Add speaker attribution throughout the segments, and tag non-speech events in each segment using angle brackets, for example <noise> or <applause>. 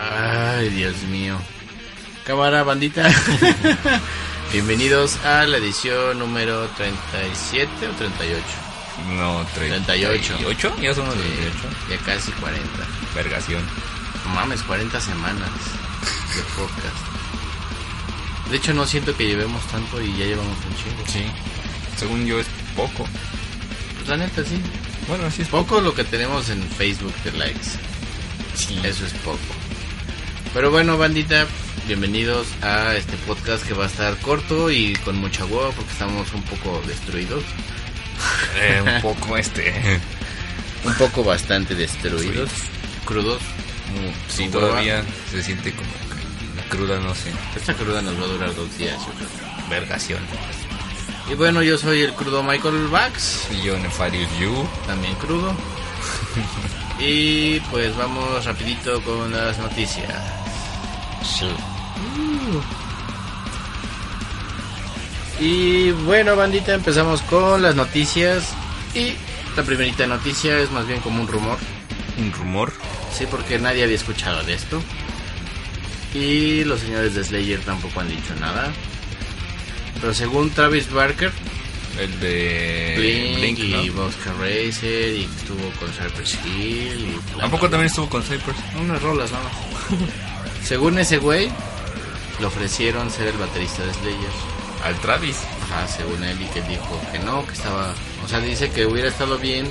Speaker 1: Ay, Dios mío. Cámara, bandita. <laughs> Bienvenidos a la edición número 37 o 38.
Speaker 2: No,
Speaker 1: 38.
Speaker 2: 38. Ya somos
Speaker 1: Sí,
Speaker 2: 38.
Speaker 1: ya casi 40.
Speaker 2: Vergación.
Speaker 1: No Mames, 40 semanas de podcast. De hecho, no siento que llevemos tanto y ya llevamos un chingo.
Speaker 2: Sí. Según yo es poco.
Speaker 1: Pues, La neta, sí.
Speaker 2: Bueno, sí es
Speaker 1: Poco lo que tenemos en Facebook de likes.
Speaker 2: Sí.
Speaker 1: Eso es poco. Pero bueno, bandita, bienvenidos a este podcast que va a estar corto y con mucha hueva porque estamos un poco destruidos.
Speaker 2: Eh, un poco este.
Speaker 1: Un poco bastante destruidos. Crudos. mm,
Speaker 2: <laughs> Sí,
Speaker 1: con
Speaker 2: todavía
Speaker 1: hueva.
Speaker 2: se siente como que la cruda, no sé.
Speaker 1: Esta cruda nos va a durar dos días. yo creo.
Speaker 2: Vergación.
Speaker 1: Y bueno, yo soy el crudo Michael Bax,
Speaker 2: Y yo, Nefarius You.
Speaker 1: también crudo. y pues vamos rapidito con las noticias. Uh. Y bueno, bandita, empezamos con las noticias. Y la primerita noticia es más bien como un rumor.
Speaker 2: Un rumor.
Speaker 1: Sí, porque nadie había escuchado de esto. Y los señores de Slayer tampoco han dicho nada. Pero según Travis Barker,
Speaker 2: El de.
Speaker 1: Blink,
Speaker 2: Blink, ¿no?
Speaker 1: y Boxcar Racer, y estuvo con Cypress Hill. Y bla,
Speaker 2: ¿A poco
Speaker 1: bla,
Speaker 2: también estuvo con Cypress?
Speaker 1: bla. Unas rolas, nada más. <laughs> según ese güey, le ofrecieron ser el baterista de Slayer.
Speaker 2: Al Travis.
Speaker 1: Ajá, según él y que dijo que no, que estaba, o sea, dice que hubiera estado bien,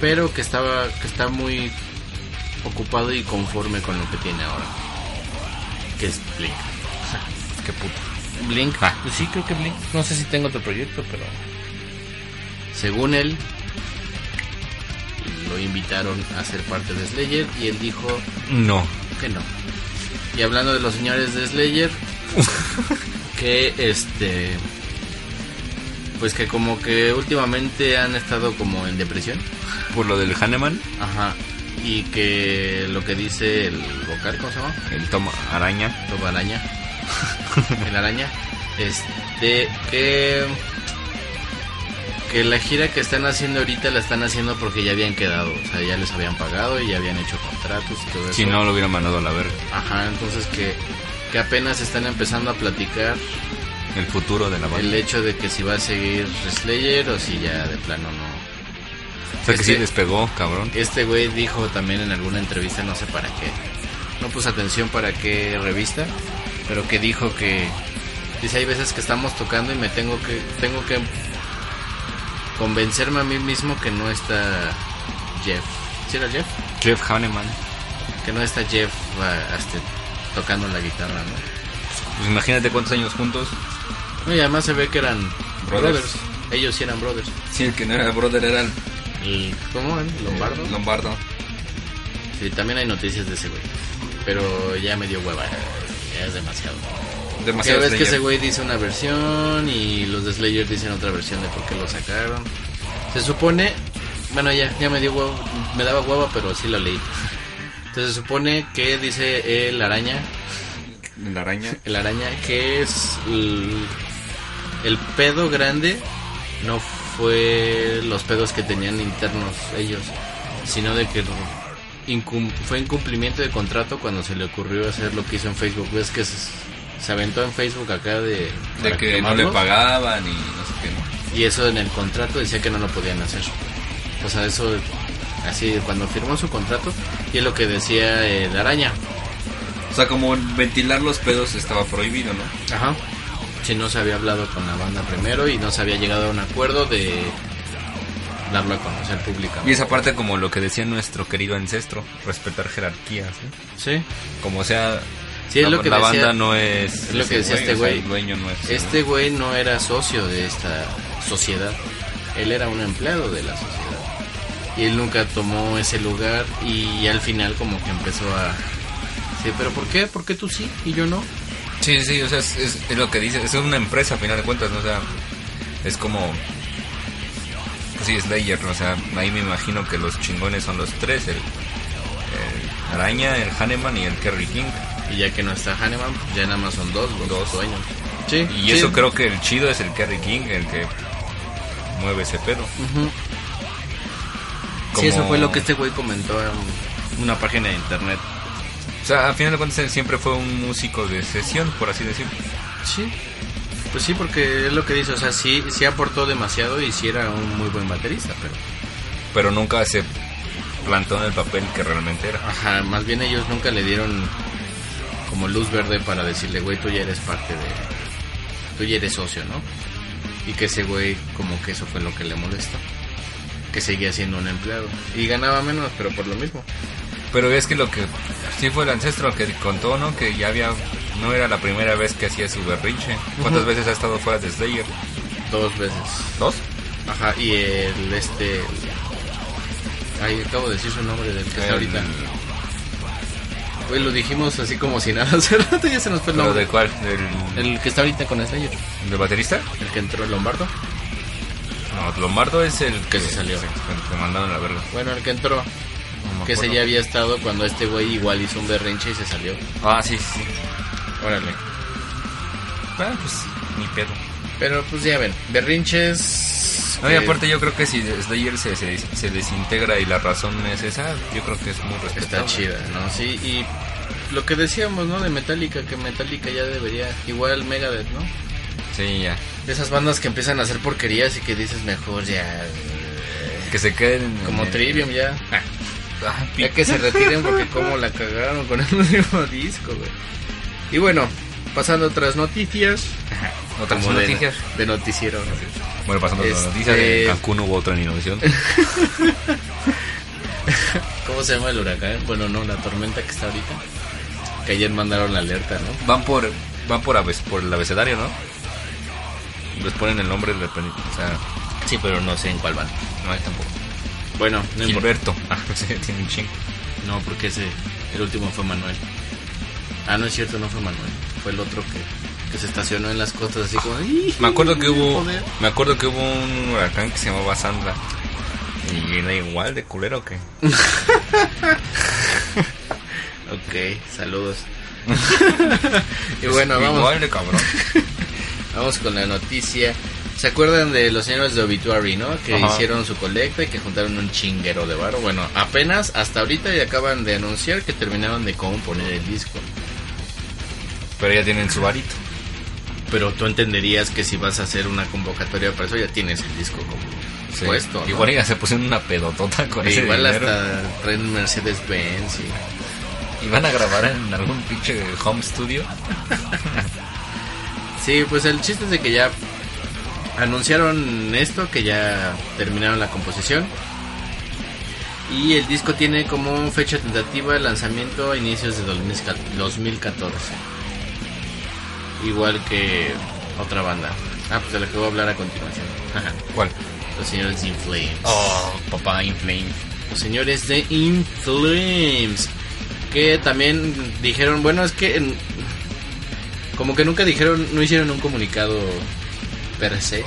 Speaker 1: pero que estaba, que está muy ocupado y conforme con lo que tiene ahora. Que es Blink.
Speaker 2: Qué puto.
Speaker 1: Blink. Pues sí, creo que Blink. No sé si tengo otro proyecto, pero según él lo invitaron a ser parte de Slayer y él dijo
Speaker 2: No.
Speaker 1: que no. Y hablando de los señores de <laughs> Slayer, que este. Pues que como que últimamente han estado como en depresión.
Speaker 2: Por lo del Hanneman,
Speaker 1: Ajá. Y que lo que dice el vocal, ¿cómo se llama?
Speaker 2: el Tom Araña.
Speaker 1: Robo araña. el araña. Este, que. Que la gira que están haciendo ahorita la están haciendo porque ya habían quedado. O sea, ya les habían pagado y ya habían hecho contratos y todo eso.
Speaker 2: Si no, lo hubiera mandado a la verga.
Speaker 1: Ajá, entonces que, que apenas están empezando a platicar
Speaker 2: El futuro de la banda.
Speaker 1: el hecho de que si va a seguir Slayer o si ya de plano no.
Speaker 2: O sea que sí
Speaker 1: Este-
Speaker 2: despegó, cabrón.
Speaker 1: Este güey dijo también en alguna entrevista, no sé para qué, no puse atención para qué revista, pero que dijo que dice hay veces que estamos tocando y me tengo que tengo que convencerme a mí mismo que no está Jeff. ¿Sí era Jeff?
Speaker 2: Jeff Hanneman.
Speaker 1: Que no está Jeff ah, este, tocando la guitarra, ¿no?
Speaker 2: Pues imagínate cuántos años juntos.
Speaker 1: No, y además se ve que eran brothers.
Speaker 2: Brothers.
Speaker 1: Ellos sí eran brothers.
Speaker 2: Sí, el que no era brother era el
Speaker 1: El, ¿Cómo? eh? ¿Lombardo?
Speaker 2: Lombardo.
Speaker 1: Sí, también hay noticias de ese güey. Pero ya me dio hueva. Ya es demasiado. Cada
Speaker 2: Demasiado
Speaker 1: vez que ese
Speaker 2: Slayer.
Speaker 1: güey dice una versión y los de Slayer dicen otra versión de por qué lo sacaron. Se supone... Bueno, ya, ya me dio huevo. Me daba hueva, pero sí lo leí. Entonces se supone que dice el araña
Speaker 2: La araña.
Speaker 1: el araña, que es el, el pedo grande, no fue los pedos que tenían internos ellos, sino de que lo- incum- fue incumplimiento de contrato cuando se le ocurrió hacer lo que hizo en Facebook. Ves que se, se aventó en Facebook acá de,
Speaker 2: De
Speaker 1: para
Speaker 2: que no le
Speaker 1: quemarlos,
Speaker 2: pagaban y no sé qué. ¿no?
Speaker 1: y eso en el contrato decía que no lo podían hacer. O sea, eso así cuando firmó su contrato y es lo que decía el araña.
Speaker 2: O sea, como ventilar los pedos estaba prohibido, ¿no?
Speaker 1: Ajá. Si no se había hablado con la banda primero y no se había llegado a un acuerdo de, darlo a conocer públicamente.
Speaker 2: Y esa parte como lo que decía nuestro querido ancestro, respetar jerarquías, ¿no?
Speaker 1: Sí,
Speaker 2: Como sea,
Speaker 1: sí es
Speaker 2: la,
Speaker 1: lo que
Speaker 2: la
Speaker 1: decía.
Speaker 2: banda no es...
Speaker 1: es lo que decía
Speaker 2: ese
Speaker 1: este
Speaker 2: o sea,
Speaker 1: güey.
Speaker 2: el dueño no es...
Speaker 1: Este güey no era socio de esta sociedad. Él era un empleado de la sociedad. Y él nunca tomó ese lugar y al final como que empezó a... Sí, pero ¿por qué? ¿Por qué tú sí y yo no?
Speaker 2: Sí, sí, o sea, es, es- es lo que dice, es una empresa a final de cuentas, ¿no? O sea, es como... pues Sí, Slayer, ¿no? o sea, ahí me imagino que los chingones son los tres, el, el Araña, el Hanneman y el Kerry King.
Speaker 1: Y ya que no está Hanneman, pues ya nada más son dos, los dos dueños. Sí,
Speaker 2: Y eso creo que el chido es el Kerry King, el que mueve ese pedo.
Speaker 1: Sí, eso
Speaker 2: Como-
Speaker 1: fue lo que este güey comentó en una página de internet.
Speaker 2: O sea, a final de cuentas él siempre fue un músico de sesión, por así decirlo.
Speaker 1: Sí. Pues sí, porque es lo que dice, o sea, sí, sí aportó demasiado y sí era un muy buen baterista, pero...
Speaker 2: Pero nunca se plantó en el papel que realmente era.
Speaker 1: Ajá, más bien ellos nunca le dieron como luz verde para decirle, güey, tú ya eres parte de... Tú ya eres socio, ¿no? Y que ese güey como que eso fue lo que le molestó. Que seguía siendo un empleado. Y ganaba menos, pero por lo mismo.
Speaker 2: Pero es que lo que sí fue el ancestro el que contó, ¿no? Que ya había. No era la primera vez que hacía su berrinche. ¿Cuántas
Speaker 1: Ujú.
Speaker 2: veces ha estado fuera de Slayer?
Speaker 1: Dos veces.
Speaker 2: ¿Dos?
Speaker 1: Ajá, y el este. Ay, acabo de decir su nombre del que está
Speaker 2: El-
Speaker 1: ahorita. Pues lo dijimos así como si nada <laughs> hace rato, ya se nos fue el
Speaker 2: ¿Lo
Speaker 1: nombre.
Speaker 2: de cuál? ¿Del,
Speaker 1: El que está ahorita con Slayer,
Speaker 2: del baterista?
Speaker 1: el que entró Lombardo.
Speaker 2: No, Lombardo es el
Speaker 1: Que se salió.
Speaker 2: Que mandaron a la verga.
Speaker 1: Bueno, el que entró,
Speaker 2: No me
Speaker 1: que ese
Speaker 2: acuerdo.
Speaker 1: ya había estado cuando este güey igual hizo un berrinche y se salió.
Speaker 2: Ah, sí, sí. sí.
Speaker 1: Órale.
Speaker 2: Bueno, pues ni pedo.
Speaker 1: Pero pues ya ven, berrinches.
Speaker 2: No, y
Speaker 1: que-
Speaker 2: aparte yo creo que si Slayer se, se, se desintegra y la razón es esa, yo creo que es muy
Speaker 1: Está
Speaker 2: respetable.
Speaker 1: chida, ¿no? Sí, y lo que decíamos, ¿no? De Metallica, que Metallica ya debería. Igual Megadeth, ¿no?
Speaker 2: Sí, ya.
Speaker 1: De esas bandas que empiezan a hacer porquerías y que dices mejor ya. eh,
Speaker 2: Que se queden... en-
Speaker 1: Como
Speaker 2: en-
Speaker 1: Trivium ya.
Speaker 2: Ah,
Speaker 1: Ya que se retiren <laughs> porque como la cagaron con el <laughs> último disco, güey. Y bueno, pasando a otras noticias.
Speaker 2: Otras
Speaker 1: como de-
Speaker 2: noticias.
Speaker 1: De, noticiero, ¿no?
Speaker 2: Bueno, pasando a
Speaker 1: Este-
Speaker 2: la noticia de Cancún hubo
Speaker 1: <laughs>
Speaker 2: otra innovación.
Speaker 1: ¿Cómo se llama el huracán? Bueno, no, la tormenta que está ahorita. Que ayer mandaron la alerta, ¿no?
Speaker 2: Van por van por, abes- por el abecedario, ¿no? Les ponen el nombre de la peli- O sea,
Speaker 1: Sí, pero no sé en cuál van.
Speaker 2: no hay tampoco.
Speaker 1: Bueno, no importa. <laughs>
Speaker 2: Gilberto. Ah, sí, tiene un chingo.
Speaker 1: No, porque ese, el último fue Manuel. Ah, no es cierto, no fue Manuel. Fue el otro que, que se estacionó en las costas así como... "Ih".
Speaker 2: Me acuerdo que hubo
Speaker 1: Joder.
Speaker 2: me acuerdo que hubo un huracán que se llamaba Sandra. Y era igual de culero que
Speaker 1: Ok,
Speaker 2: <laughs>
Speaker 1: saludos. y bueno,
Speaker 2: igual
Speaker 1: vamos,
Speaker 2: de
Speaker 1: <laughs>
Speaker 2: cabrón.
Speaker 1: vamos con la noticia. ¿Se acuerdan de los señores de Obituary, no? Que
Speaker 2: Ajá.
Speaker 1: hicieron su colecta y que juntaron un chinguero de varo. Bueno, apenas hasta ahorita y acaban de anunciar que terminaron de componer el disco.
Speaker 2: Pero ya tienen su varito.
Speaker 1: Pero tú entenderías que si vas a hacer una convocatoria para eso ya tienes el disco como
Speaker 2: Sí.
Speaker 1: puesto. ¿no?
Speaker 2: Igual ya se pusieron una pedotota con ese
Speaker 1: Igual
Speaker 2: dinero.
Speaker 1: hasta traen Mercedes Benz y...
Speaker 2: Y van a grabar en algún pinche home studio.
Speaker 1: Sí, pues el chiste es de que ya anunciaron esto, que ya terminaron la composición. Y el disco tiene como fecha tentativa de lanzamiento a inicios de 2000 2014. Igual que otra banda. Ah, pues de la que voy a hablar a continuación. <laughs> Ajá.
Speaker 2: ¿Cuál?
Speaker 1: Los señores de In Flames.
Speaker 2: Oh, papá In Flames.
Speaker 1: Los señores de In Flames. Que también dijeron, bueno, es que en- como que nunca dijeron, no hicieron un comunicado per se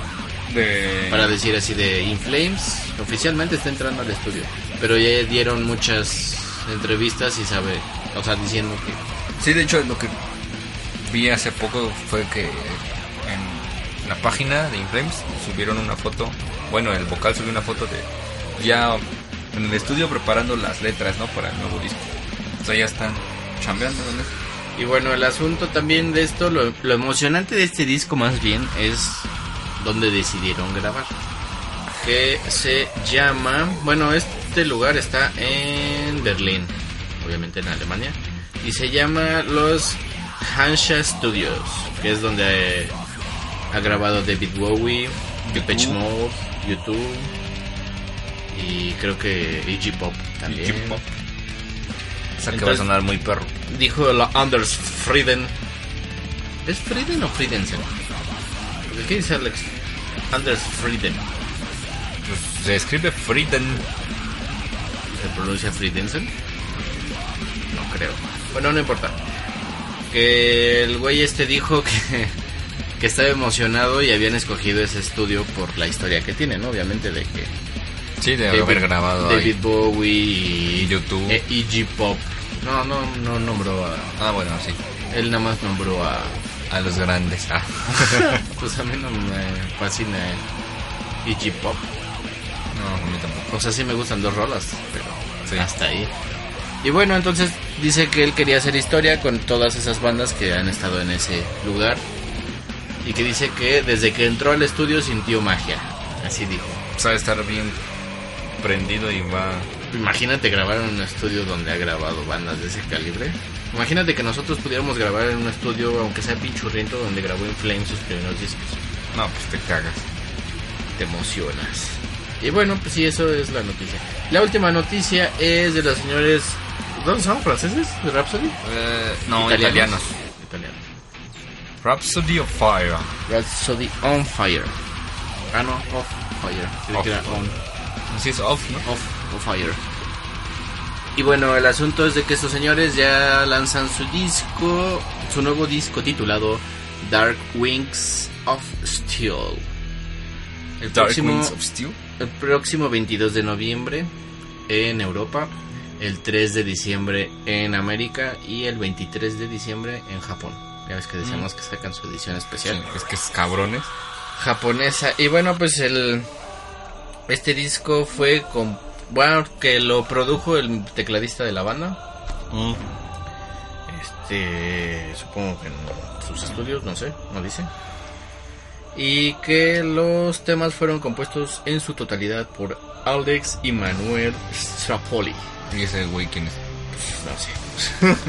Speaker 2: De...
Speaker 1: para decir así de In Flames oficialmente está entrando al estudio. Pero ya dieron muchas entrevistas y sabe, o sea, diciendo que
Speaker 2: Sí, de hecho, lo que vi hace poco fue que en la página de Inflames subieron una foto. Bueno, el vocal subió una foto de ya en el estudio preparando las letras, ¿no? Para el nuevo disco. O sea, ya están chambeando, ¿no?
Speaker 1: y bueno, el asunto también de esto, lo, lo emocionante de este disco más bien es donde decidieron grabar. Que se llama, bueno, este lugar está en Berlín, obviamente en Alemania, y se llama los Hansha Studios, que es donde eh, ha grabado David Bowie, Depeche Mode, YouTube, Y creo que Iggy Pop también.
Speaker 2: Iggy Pop. O sea que va a
Speaker 1: Entonces-
Speaker 2: sonar muy perro.
Speaker 1: Dijo la Anders Frieden. ¿Es Frieden o Friedensen? Porque, ¿Qué dice Alex? Anders Frieden.
Speaker 2: Pues, se escribe Frieden.
Speaker 1: ¿Se pronuncia Friedensen? No creo. Bueno, no importa. Que el güey este dijo que, <laughs> que estaba emocionado y habían escogido ese estudio por la historia que tiene, ¿no? Obviamente de que
Speaker 2: Sí, de haber grabado
Speaker 1: David
Speaker 2: ahí.
Speaker 1: Bowie y
Speaker 2: Y YouTube.
Speaker 1: e- Iggy Pop. No, no, no nombró a...
Speaker 2: Ah, bueno, sí.
Speaker 1: Él nada más nombró a...
Speaker 2: A los grandes. Ah.
Speaker 1: Pues a mí no me fascina Iggy Pop.
Speaker 2: No, a mí tampoco.
Speaker 1: O sea, sí me gustan dos rolas, pero
Speaker 2: Sí.
Speaker 1: hasta ahí. Y bueno, entonces dice que él quería hacer historia con todas esas bandas que han estado en ese lugar. Y que dice que desde que entró al estudio sintió magia. Así dijo.
Speaker 2: Sabe estar bien prendido y va.
Speaker 1: Imagínate grabar en un estudio donde ha grabado bandas de ese calibre. Imagínate que nosotros pudiéramos grabar en un estudio, aunque sea pinchurriento, donde grabó en Flame sus primeros discos.
Speaker 2: No, pues te cagas.
Speaker 1: te emocionas. Y bueno, pues sí, eso es la noticia. La última noticia es de los señores. ¿Dónde son? ¿Franceses? ¿De Rhapsody?
Speaker 2: Eh, no, italianos.
Speaker 1: Italianos.
Speaker 2: Rhapsody of Fire.
Speaker 1: Rhapsody on fire. Ah, no, off fire. Creí que era on.
Speaker 2: Así es off, ¿no?
Speaker 1: Off, off fire. Y bueno, el asunto es de que estos señores ya lanzan su disco, su nuevo disco titulado Dark Wings of Steel. El
Speaker 2: Dark
Speaker 1: próximo-
Speaker 2: Wings of Steel.
Speaker 1: El próximo 22 de noviembre en Europa, el 3 de diciembre en América y el 23 de diciembre en Japón. Ya ves que decíamos que sacan su edición especial
Speaker 2: Sí, es que es cabrones.
Speaker 1: japonesa. Y bueno, pues el este disco fue con bueno, que lo produjo el tecladista de la banda. Este, supongo que en sus estudios, no sé, no dice. Y que los temas fueron compuestos en su totalidad por Alex y Manuel Strapoli.
Speaker 2: Y ese güey, ¿quién es?
Speaker 1: No sé.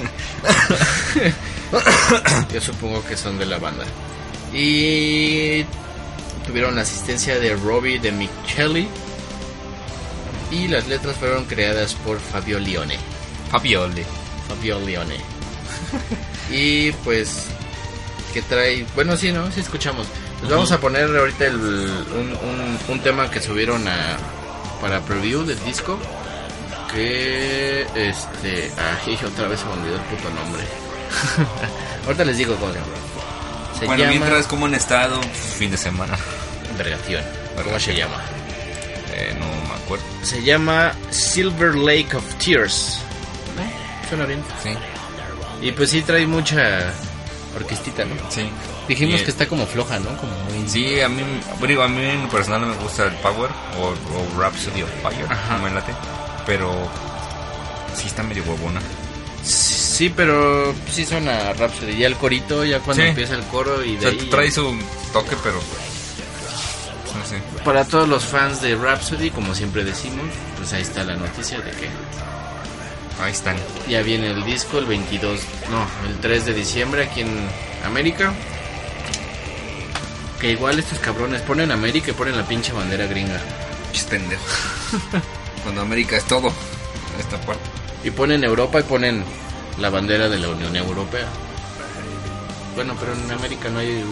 Speaker 1: Yo supongo que son de la banda. Y tuvieron la asistencia de Robbie de Michelli. Y las letras fueron creadas por Fabio Lione.
Speaker 2: Fabioli.
Speaker 1: Fabio Lione. y pues que trae, bueno sí, ¿no? Sí escuchamos. Pues vamos a poner ahorita el- un, un- un tema que subieron a, para preview del disco. Que este. Ay, otra vez se me olvidó el puto
Speaker 2: <laughs>
Speaker 1: nombre. ahorita les digo cómo se llama. Se
Speaker 2: Bueno,
Speaker 1: llama
Speaker 2: mientras, ¿cómo han estado? Pues, fin de semana.
Speaker 1: Vergación. ¿Cómo se
Speaker 2: Vergación.
Speaker 1: llama?
Speaker 2: Eh, no me acuerdo.
Speaker 1: Se llama Silver Lake of Tears. Suena bien.
Speaker 2: Sí,
Speaker 1: Y pues sí trae mucha orquestita, ¿no?
Speaker 2: sí.
Speaker 1: Dijimos
Speaker 2: Y-
Speaker 1: que está como floja, ¿no? Como muy...
Speaker 2: Sí, a mí, bueno, digo, a mí en lo personal no me gusta el Power o, o Rhapsody of Fire,
Speaker 1: Ajá.
Speaker 2: no me late, pero sí está medio huevona.
Speaker 1: Sí, pero sí suena Rhapsody. Ya el corito, ya cuando
Speaker 2: Sí.
Speaker 1: empieza el coro y de
Speaker 2: O sea,
Speaker 1: ahí...
Speaker 2: trae su toque, pero pues, no sé.
Speaker 1: Para todos los fans de Rhapsody, como siempre decimos, pues ahí está la noticia de que
Speaker 2: Ahí están.
Speaker 1: ya viene el disco el 22, no, el 3 de diciembre aquí en América. Que igual estos cabrones ponen América y ponen la pinche bandera gringa.
Speaker 2: Pinches pendejos. <laughs> Cuando América es todo. Esta parte.
Speaker 1: Y ponen Europa y ponen la bandera de la Unión Europea. Bueno, pero en América no hay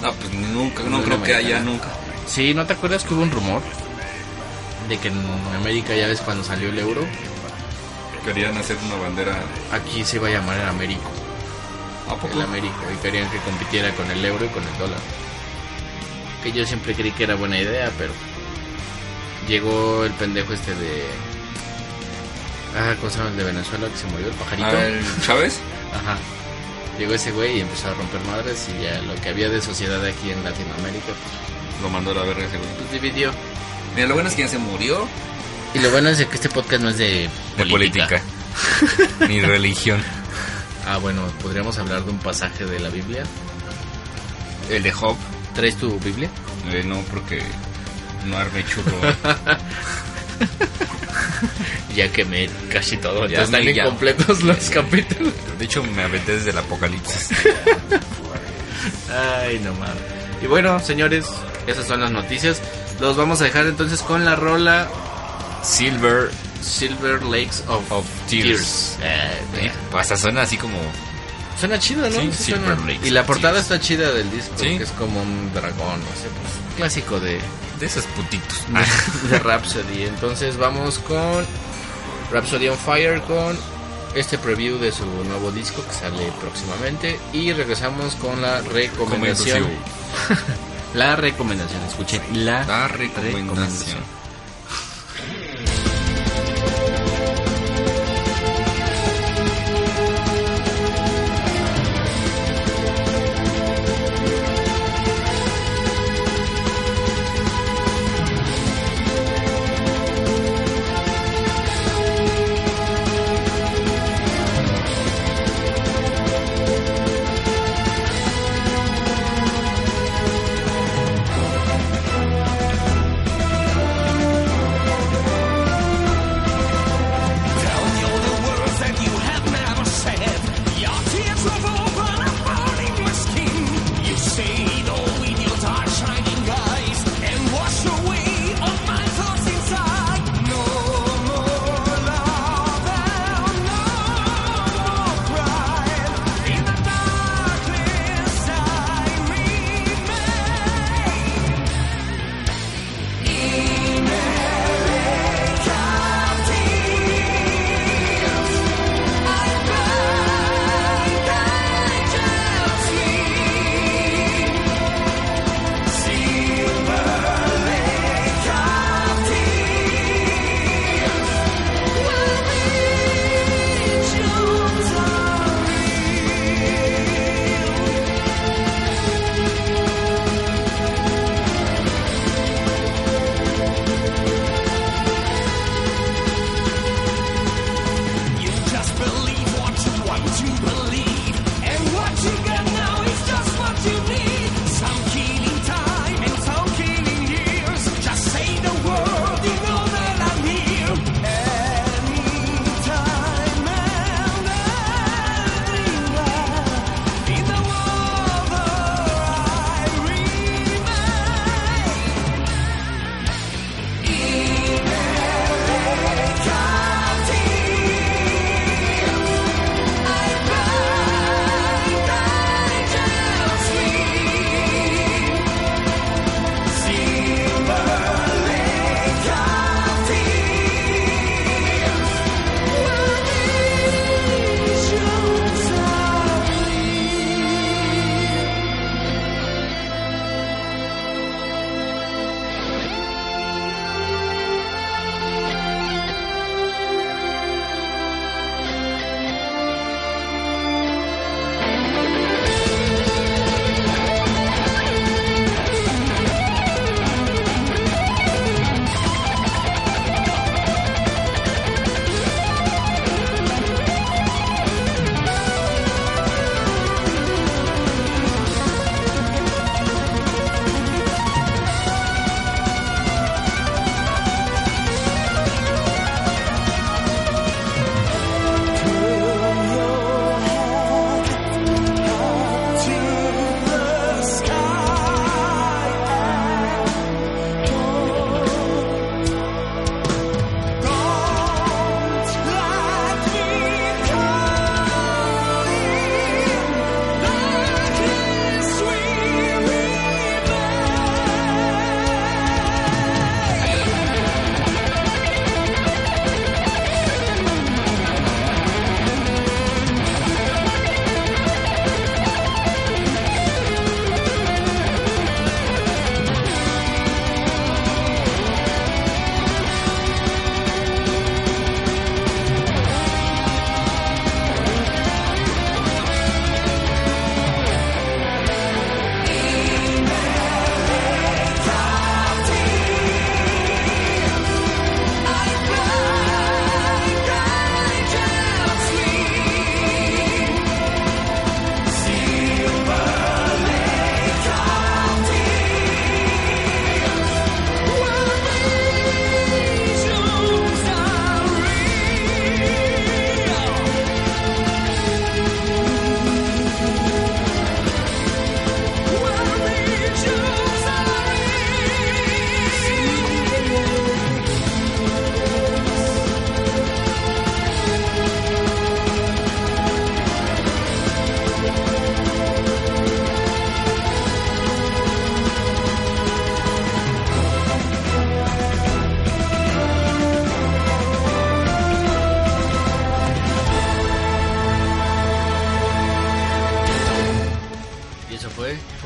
Speaker 2: No, pues nunca, no,
Speaker 1: No,
Speaker 2: creo
Speaker 1: no,
Speaker 2: que haya
Speaker 1: americana.
Speaker 2: nunca.
Speaker 1: Sí, ¿no te acuerdas que hubo un rumor? De que en América, ya ves, cuando salió el euro,
Speaker 2: Querían hacer una bandera.
Speaker 1: aquí se iba a llamar el Américo.
Speaker 2: ¿A poco?
Speaker 1: El Américo. Y querían que compitiera con el euro y con el dólar. Que yo siempre creí que era buena idea, pero... Llegó el pendejo este de... Ah, ¿cómo se llama el de Venezuela que se murió? El pajarito.
Speaker 2: A ver, ¿Chávez?
Speaker 1: Ajá. Llegó ese güey y empezó a romper madres y ya lo que había de sociedad aquí en Latinoamérica, pues,
Speaker 2: Lo mandó a la verga ese güey.
Speaker 1: pues dividió.
Speaker 2: Mira, lo bueno es que ya se murió.
Speaker 1: Y lo bueno es de que este podcast no es de
Speaker 2: De política. Ni religión.
Speaker 1: Ah, bueno, podríamos hablar de un pasaje de la Biblia.
Speaker 2: El de Job.
Speaker 1: ¿Traes tu Biblia?
Speaker 2: Eh, no, porque no arme churro.
Speaker 1: Ya quemé casi todo.
Speaker 2: Ya
Speaker 1: Ya están
Speaker 2: me- ya.
Speaker 1: incompletos los <laughs> capítulos.
Speaker 2: <laughs> De hecho, me aventé desde el apocalipsis.
Speaker 1: Ay, no mames. Y bueno, señores, esas son las noticias. Los vamos a dejar entonces con la rola
Speaker 2: Silver
Speaker 1: Silver Lakes of,
Speaker 2: of Tears.
Speaker 1: Tears. Eh, eh.
Speaker 2: Hasta suena así como.
Speaker 1: Suena chido, ¿no?
Speaker 2: Sí,
Speaker 1: Sí
Speaker 2: Silver
Speaker 1: suena.
Speaker 2: Lakes
Speaker 1: Y la
Speaker 2: of
Speaker 1: portada
Speaker 2: Tears.
Speaker 1: está chida del disco,
Speaker 2: Sí.
Speaker 1: que es como un dragón, no sé, pues, clásico de,
Speaker 2: De esos putitos.
Speaker 1: <laughs> de Rhapsody. Entonces vamos con Rhapsody on Fire con este preview de su nuevo disco que sale próximamente y regresamos con la
Speaker 2: como
Speaker 1: recomendación.
Speaker 2: inclusivo.
Speaker 1: <laughs> La recomendación, escuchen, la,
Speaker 2: La recomendación.
Speaker 1: recomendación.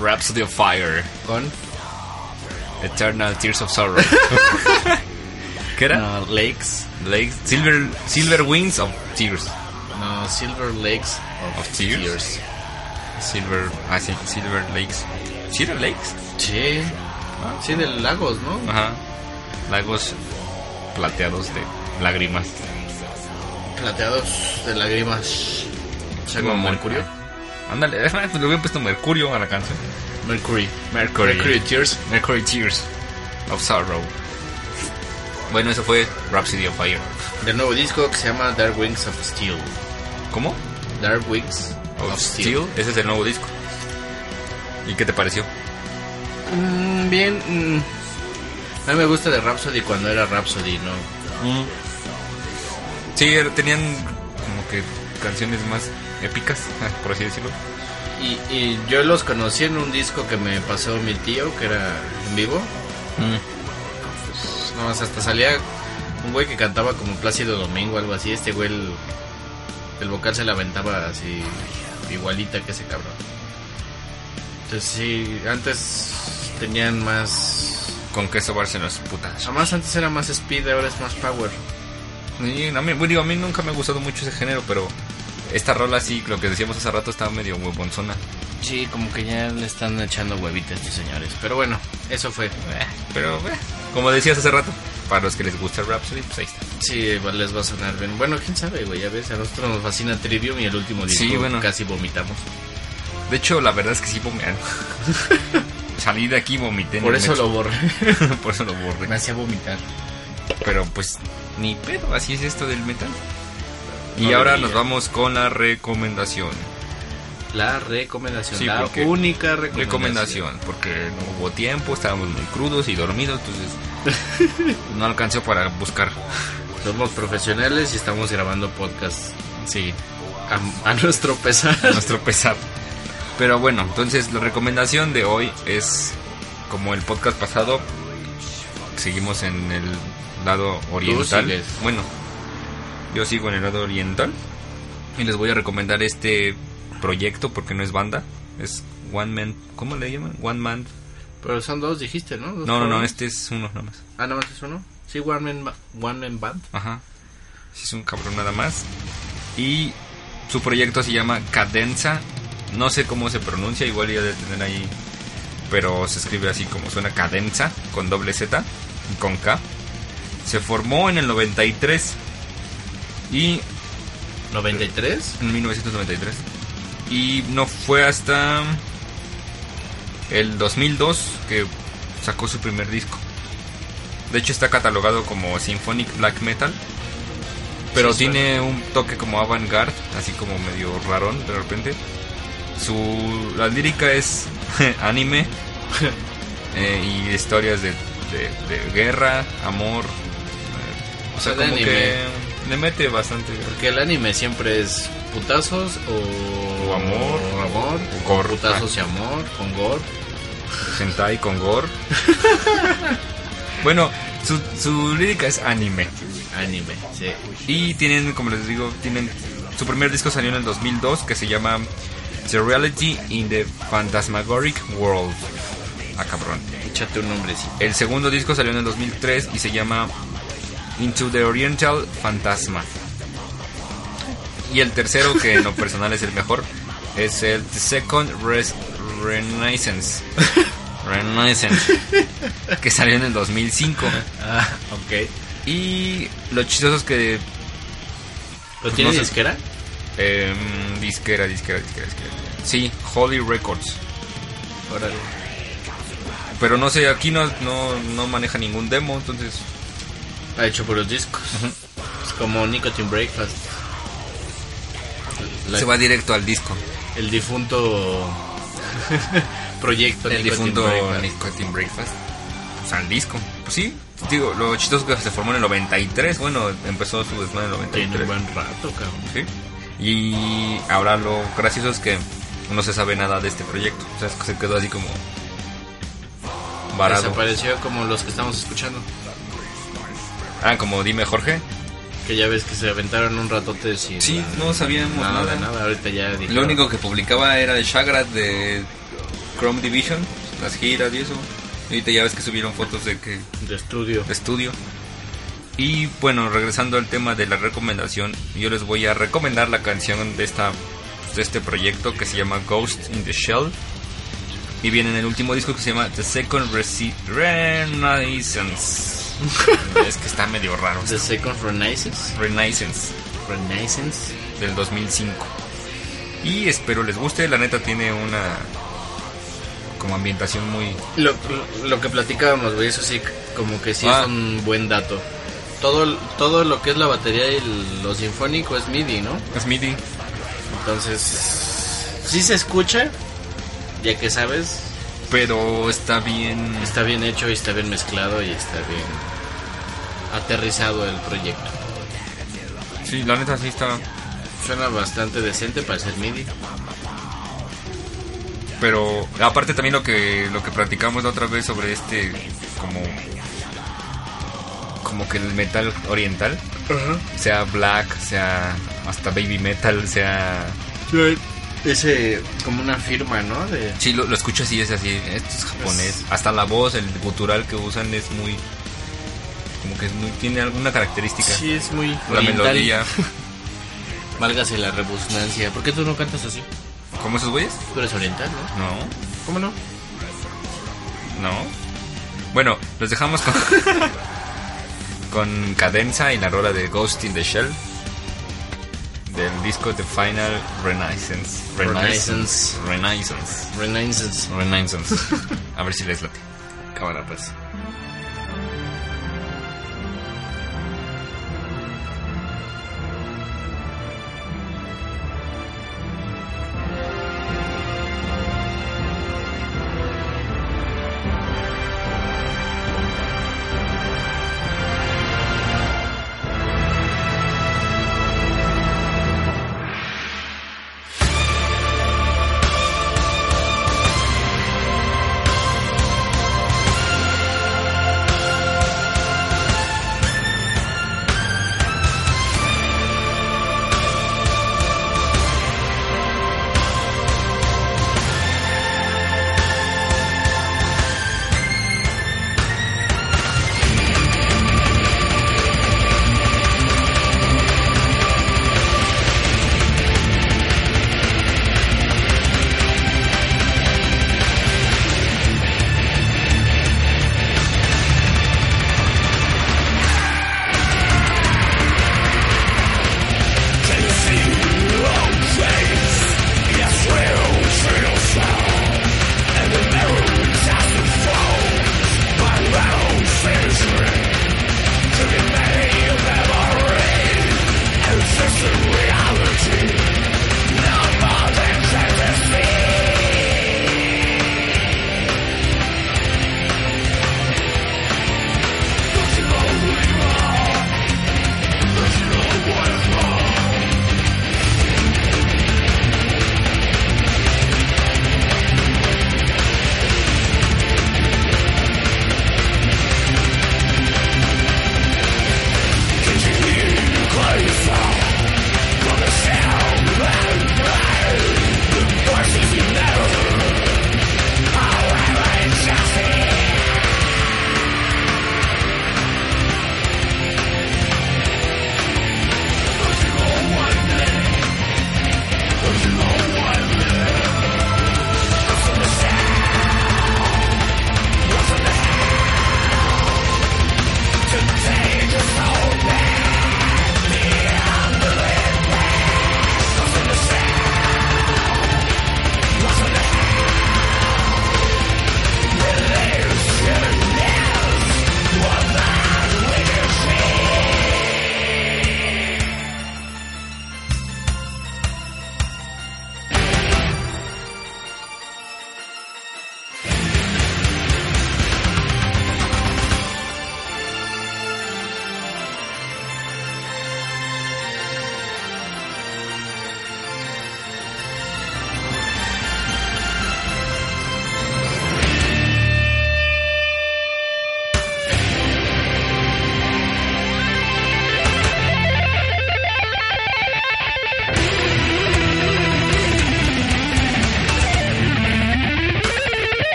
Speaker 2: Rhapsody of Fire,
Speaker 1: Con.
Speaker 2: Eternal Tears of Sorrow. <laughs> ¿Qué era?
Speaker 1: No, Lakes.
Speaker 2: Lake- Silver, Silver Wings of Tears.
Speaker 1: No, Silver Lakes of,
Speaker 2: Of Tears. Silver, ah sí, Silver Lakes. Silver Lakes.
Speaker 1: Sí. Sí, de lagos, ¿no?
Speaker 2: Ajá. Lagos plateados de lágrimas.
Speaker 1: Plateados de lágrimas. O sea, como
Speaker 2: Como
Speaker 1: Mercurio.
Speaker 2: Ándale, <laughs> le hubiera puesto Mercurio a la canción.
Speaker 1: Mercury.
Speaker 2: Mercury.
Speaker 1: Mercury Tears.
Speaker 2: Mercury Tears of Sorrow. Bueno, eso fue Rhapsody of Fire.
Speaker 1: Del nuevo disco que se llama Dark Wings of Steel.
Speaker 2: ¿Cómo?
Speaker 1: Dark Wings
Speaker 2: Of,
Speaker 1: of,
Speaker 2: Steel.
Speaker 1: Steel.
Speaker 2: Ese es el nuevo disco. ¿Y qué te pareció?
Speaker 1: Mm, bien. mm. A mí me gusta de Rhapsody cuando era Rhapsody, ¿no?
Speaker 2: Mm. Sí, er- tenían como que canciones más épicas, <laughs> por así decirlo.
Speaker 1: Y, y yo los conocí en un disco que me pasó mi tío, que era en vivo. Pues, no, o sea, hasta salía un güey que cantaba como Plácido Domingo, algo así. Este güey, el, el vocal se la aventaba así, igualita que ese cabrón. Entonces, sí, antes tenían más.
Speaker 2: Con queso Barcelos, putas.
Speaker 1: Además, antes era más speed, ahora es más power.
Speaker 2: Sí, a mí, bueno, digo, a mí nunca me ha gustado mucho ese género, pero esta rola sí, lo que decíamos hace rato, estaba medio huevonzona.
Speaker 1: Sí, como que ya le están echando huevitas estos señores. Pero bueno, eso fue.
Speaker 2: Pero, eh, como decías hace rato, para los que les gusta el Rhapsody, pues ahí está.
Speaker 1: Sí, va- les va a sonar bien. Bueno, quién sabe, güey. Ya ves, a nosotros nos fascina Trivium y el último disco
Speaker 2: Sí, bueno.
Speaker 1: casi vomitamos.
Speaker 2: De hecho, la verdad es que sí vomité. <laughs> Salí de aquí vomité. en
Speaker 1: Por
Speaker 2: el
Speaker 1: eso
Speaker 2: metro.
Speaker 1: lo borré.
Speaker 2: <laughs> Por eso lo borré.
Speaker 1: Me hacía vomitar.
Speaker 2: Pero pues ni pedo, así es esto del metal. Y
Speaker 1: No
Speaker 2: ahora
Speaker 1: debería.
Speaker 2: nos vamos con la recomendación.
Speaker 1: La recomendación.
Speaker 2: Sí,
Speaker 1: la
Speaker 2: porque-
Speaker 1: única recomendación.
Speaker 2: Recomendación, porque no hubo tiempo, estábamos muy crudos y dormidos, entonces
Speaker 1: <laughs>
Speaker 2: no alcanzó para buscar.
Speaker 1: Somos profesionales y estamos grabando podcast
Speaker 2: Sí,
Speaker 1: a, a nuestro pesar. <laughs>
Speaker 2: <laughs> nuestro pesar. Pero bueno, entonces la recomendación de hoy es como el podcast pasado. Seguimos en el lado oriental.
Speaker 1: sigues.
Speaker 2: Bueno, yo sigo en el lado oriental. Y les voy a recomendar este proyecto porque no es banda. Es One Man. ¿Cómo le llaman? One Man.
Speaker 1: Pero son dos, dijiste, ¿no? Dos
Speaker 2: No, no, no,
Speaker 1: cabrones.
Speaker 2: este es uno nomás.
Speaker 1: Ah, nada más es uno. Sí, One Man, Ba- One Man Band.
Speaker 2: Ajá. Sí, es un cabrón nada más. Y su proyecto se llama Cadenza. No sé cómo se pronuncia, igual ya de tener ahí. Pero se escribe así como suena Cadenza, con doble Z y con K. Se formó en el 93 y
Speaker 1: 93.
Speaker 2: en 1993. Y no fue hasta el 2002 que sacó su primer disco. De hecho está catalogado como Symphonic Black Metal. Pero
Speaker 1: Sí, suena.
Speaker 2: tiene un toque como avant-garde, así como medio rarón de repente. Su, la lírica es <laughs> anime eh, y historias de, de- de guerra, amor. eh, o sea,
Speaker 1: O sea, de
Speaker 2: como
Speaker 1: anime.
Speaker 2: que le mete bastante.
Speaker 1: Porque el anime siempre es putazos o,
Speaker 2: O amor.
Speaker 1: o amor,
Speaker 2: O gore.
Speaker 1: putazos y amor, con gore.
Speaker 2: Sentai con gore. <laughs> bueno, su, su lírica es anime.
Speaker 1: Anime, sí.
Speaker 2: Y tienen, como les digo, tienen su primer disco salió en el 2002 que se llama The Reality in the Phantasmagoric World. Ah, cabrón.
Speaker 1: Échate un nombrecito.
Speaker 2: El segundo disco salió en el 2003 y se llama Into the Oriental Fantasma. Y el tercero, que en lo personal es el mejor, es el The Second Res-
Speaker 1: <laughs>
Speaker 2: Renaissance. Renaissance. Que salió en el 2005.
Speaker 1: <laughs> Ah, ok.
Speaker 2: Y lo chistoso es que...
Speaker 1: ¿Lo tiene
Speaker 2: no sé.
Speaker 1: disquera?
Speaker 2: eh, disquera, disquera, disquera, disquera. Sí, Holy Records.
Speaker 1: Órale.
Speaker 2: Pero no sé, aquí no, no, no maneja ningún demo, entonces...
Speaker 1: Ha hecho puros discos. Es como Nicotine Breakfast. La-
Speaker 2: Se va directo al disco.
Speaker 1: El difunto <laughs> proyecto
Speaker 2: el
Speaker 1: Nicotine
Speaker 2: difunto
Speaker 1: Breakfast.
Speaker 2: Nicotine Breakfast. O sea, el disco. Pues sí, digo, lo chistoso que se formó en el 93. Bueno, empezó su desmadre en el
Speaker 1: Tiene un
Speaker 2: 93.
Speaker 1: buen rato, cabrón.
Speaker 2: Sí. Y ahora lo gracioso es que no se sabe nada de este proyecto. O sea, es que se quedó así como. Varado.
Speaker 1: Desapareció como los que estamos escuchando.
Speaker 2: Ah, como dime Jorge.
Speaker 1: Que ya ves que se aventaron un ratote sin
Speaker 2: no sabíamos
Speaker 1: nada, nada. Ahorita ya dijeron,
Speaker 2: Lo único que publicaba era el Shagrat de Chrome Division, las giras y eso. Y ahorita ya ves que subieron fotos de que
Speaker 1: de estudio.
Speaker 2: de estudio. Y bueno, regresando al tema de la recomendación, yo les voy a recomendar la canción de esta de este proyecto que se llama Ghost in the Shell. Y viene en el último disco que se llama The Second Resi- Renaissance. es que está medio raro.
Speaker 1: The Second Renaissance.
Speaker 2: Renaissance
Speaker 1: Renaissance.
Speaker 2: del 2005. Y espero les guste, la neta tiene una como ambientación muy
Speaker 1: Lo, lo- lo que platicábamos, güey, eso sí, como que sí
Speaker 2: Ah.
Speaker 1: es un buen dato. Todo, todo lo que es la batería y el- lo sinfónico es MIDI, ¿no?
Speaker 2: es MIDI.
Speaker 1: Entonces, sí se escucha, ya que sabes,
Speaker 2: pero está bien
Speaker 1: está bien hecho y está bien mezclado y está bien aterrizado el proyecto.
Speaker 2: Sí, la neta sí está.
Speaker 1: Suena bastante decente para ser MIDI.
Speaker 2: Pero aparte también lo que lo que platicamos la otra vez sobre este como como que el metal oriental, sea black, sea hasta baby metal, sea
Speaker 1: Ese, como una firma, ¿no? De,
Speaker 2: sí lo, lo escucho así es así, esto es japonés, hasta la voz, el gutural que usan es muy como que es muy tiene alguna característica,
Speaker 1: sí, es muy.
Speaker 2: la melodía,
Speaker 1: Válgase la rebusnancia. ¿Por qué tú no cantas así?
Speaker 2: ¿cómo esos güeyes?
Speaker 1: Tú eres oriental, ¿no?
Speaker 2: No.
Speaker 1: ¿Cómo no?
Speaker 2: ¿No? Bueno, los dejamos <laughs> con. con Cadenza y la rola de Ghost in the Shell. Del disco The Final Renaissance.
Speaker 1: Renaissance.
Speaker 2: Renaissance.
Speaker 1: Renaissance.
Speaker 2: <laughs> Renaissance. A ver si les late. Cámara, pues.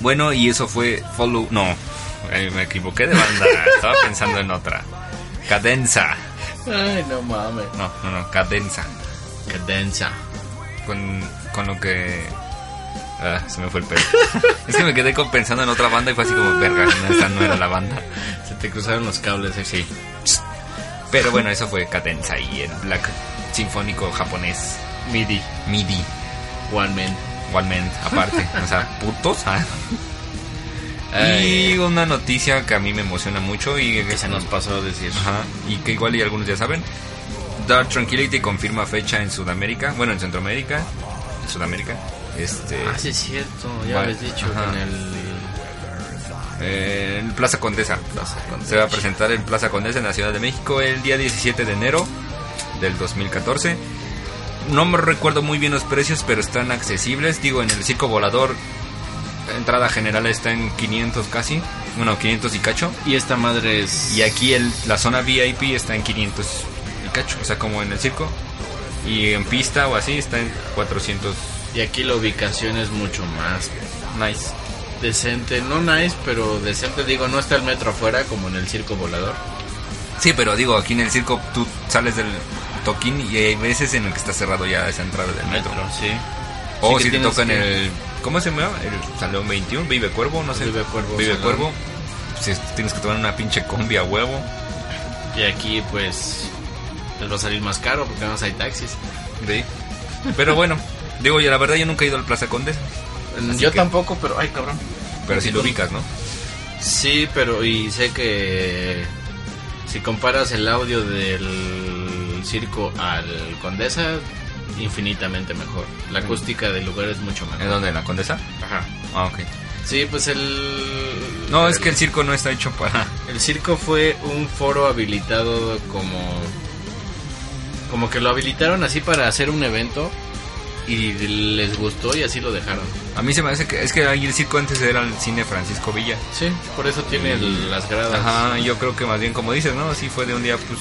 Speaker 2: Bueno, y eso fue Follow. No, eh, me equivoqué de banda. Estaba pensando en otra. Cadenza.
Speaker 1: Ay, no mames.
Speaker 2: No, no, no, Cadenza.
Speaker 1: Cadenza.
Speaker 2: Con, con lo que. Ah, se me fue el pelo. <laughs> es que me quedé con- pensando en otra banda y fue así como, verga, no, esa no era la banda.
Speaker 1: Se te cruzaron los cables, eh.
Speaker 2: Sí. Pero bueno, eso fue Cadenza y el Black Sinfónico japonés
Speaker 1: MIDI,
Speaker 2: MIDI.
Speaker 1: One Man.
Speaker 2: Igualmente, aparte, o sea, putos. ah.
Speaker 1: <laughs> Ay,
Speaker 2: Y una noticia que a mí me emociona mucho y
Speaker 1: que se nos pasó a decir.
Speaker 2: Ajá, y que igual y algunos ya saben. Dark Tranquility confirma fecha en Sudamérica, bueno, en Centroamérica, en Sudamérica. Este,
Speaker 1: Ah, sí, es cierto. Ya
Speaker 2: Vale,
Speaker 1: habéis dicho
Speaker 2: ajá.
Speaker 1: que en el.
Speaker 2: eh, en Plaza Condesa. Se va a presentar en Plaza Condesa en la Ciudad de México el día 17 de enero del 2014. No me recuerdo muy bien los precios, pero están accesibles. Digo, en el circo volador, entrada general está en 500 casi, bueno, 500 y cacho.
Speaker 1: Y esta madre es.
Speaker 2: Y aquí el, la zona VIP está en 500 y cacho, o sea, como en el circo. Y en pista o así está en 400.
Speaker 1: Y aquí la ubicación es mucho más
Speaker 2: Nice.
Speaker 1: decente. No nice, pero decente. Digo, no está el metro afuera como en el circo volador.
Speaker 2: Sí, pero digo, aquí en el circo tú sales del toquín y hay veces en el que está cerrado ya esa entrada del metro.
Speaker 1: sí.
Speaker 2: O
Speaker 1: Sí que
Speaker 2: si te
Speaker 1: tienes
Speaker 2: tocan
Speaker 1: que-
Speaker 2: el. ¿Cómo se llama? El Salón 21, Vive Cuervo, no sé.
Speaker 1: Pues Vive Cuervo,
Speaker 2: Vive
Speaker 1: Salón.
Speaker 2: Cuervo. Si tienes que tomar una pinche combi a huevo.
Speaker 1: Y aquí, pues. Les va a salir más caro porque además hay taxis.
Speaker 2: Sí. Pero bueno, digo, yo la verdad yo nunca he ido al Plaza Condesa. Así
Speaker 1: Yo
Speaker 2: que-
Speaker 1: tampoco, pero. Ay, cabrón.
Speaker 2: Pero si lo ubicas, ¿no?
Speaker 1: Sí, pero y sé que si comparas el audio del circo al Condesa, infinitamente mejor.
Speaker 2: Mm.
Speaker 1: La acústica del lugar es mucho
Speaker 2: ¿En
Speaker 1: mejor.
Speaker 2: dónde? ¿En la Condesa?
Speaker 1: Ajá.
Speaker 2: Ah, ok.
Speaker 1: Sí, pues el
Speaker 2: No, es que el circo no está hecho para.
Speaker 1: el circo fue un foro habilitado como como que lo habilitaron así para hacer un evento y les gustó y así lo dejaron.
Speaker 2: A mí se me hace que es que ahí el circo antes era el cine Francisco Villa.
Speaker 1: Sí, por eso tiene el- las gradas.
Speaker 2: Ajá, yo creo que más bien como dices, ¿no? Así fue de un día, pues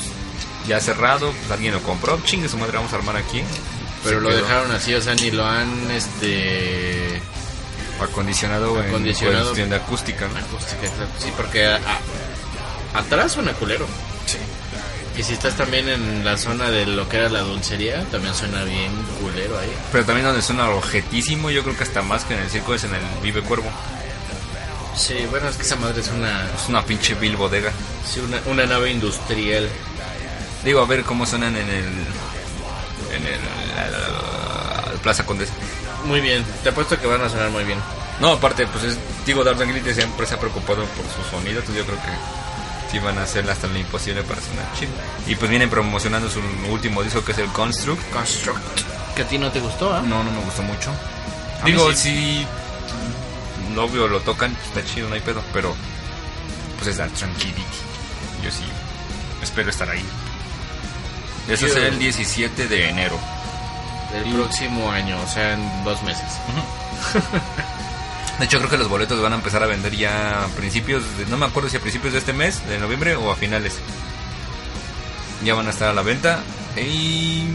Speaker 2: ya cerrado, pues alguien lo compró, chingue su madre, vamos a armar aquí.
Speaker 1: Pero
Speaker 2: Se
Speaker 1: lo
Speaker 2: quedó
Speaker 1: dejaron así, o sea, ni lo han este
Speaker 2: acondicionado, en
Speaker 1: Acondicionado.
Speaker 2: cuestión de acústica, ¿no?
Speaker 1: Acústica, exacto. Sí, porque a- a- atrás suena culero. Y si estás también en la zona de lo que era la dulcería, también suena bien culero ahí.
Speaker 2: Pero también donde suena objetísimo, yo creo que hasta más que en el circo es en el Vive Cuervo.
Speaker 1: Sí, bueno, es que esa madre es una,
Speaker 2: Es una pinche vil bodega.
Speaker 1: sí, una, una nave industrial.
Speaker 2: Digo, a ver cómo suenan en el. en el. la- la- la- Plaza Condesa.
Speaker 1: Muy bien, te apuesto que van a sonar muy bien.
Speaker 2: No, aparte, pues es, digo, Dark Tranquility siempre se ha preocupado por su sonido, entonces yo creo que sí van a hacer hasta lo imposible para sonar chido. Y pues vienen promocionando su último disco que es el Construct.
Speaker 1: Construct. Que a ti no te gustó, ¿ah?
Speaker 2: No, no me gustó mucho.
Speaker 1: A mí
Speaker 2: Digo,
Speaker 1: sí.
Speaker 2: si lo obvio lo tocan, está chido, no hay pedo, pero pues es Dark Tranquility. Yo sí espero estar ahí. Eso
Speaker 1: Yo-
Speaker 2: será el 17 de enero.
Speaker 1: Del próximo año, o sea, en dos meses.
Speaker 2: De hecho, creo que los boletos van a empezar a vender ya a principios, de- no me acuerdo si a principios de este mes, de noviembre o a finales. Ya van a estar a la venta. Y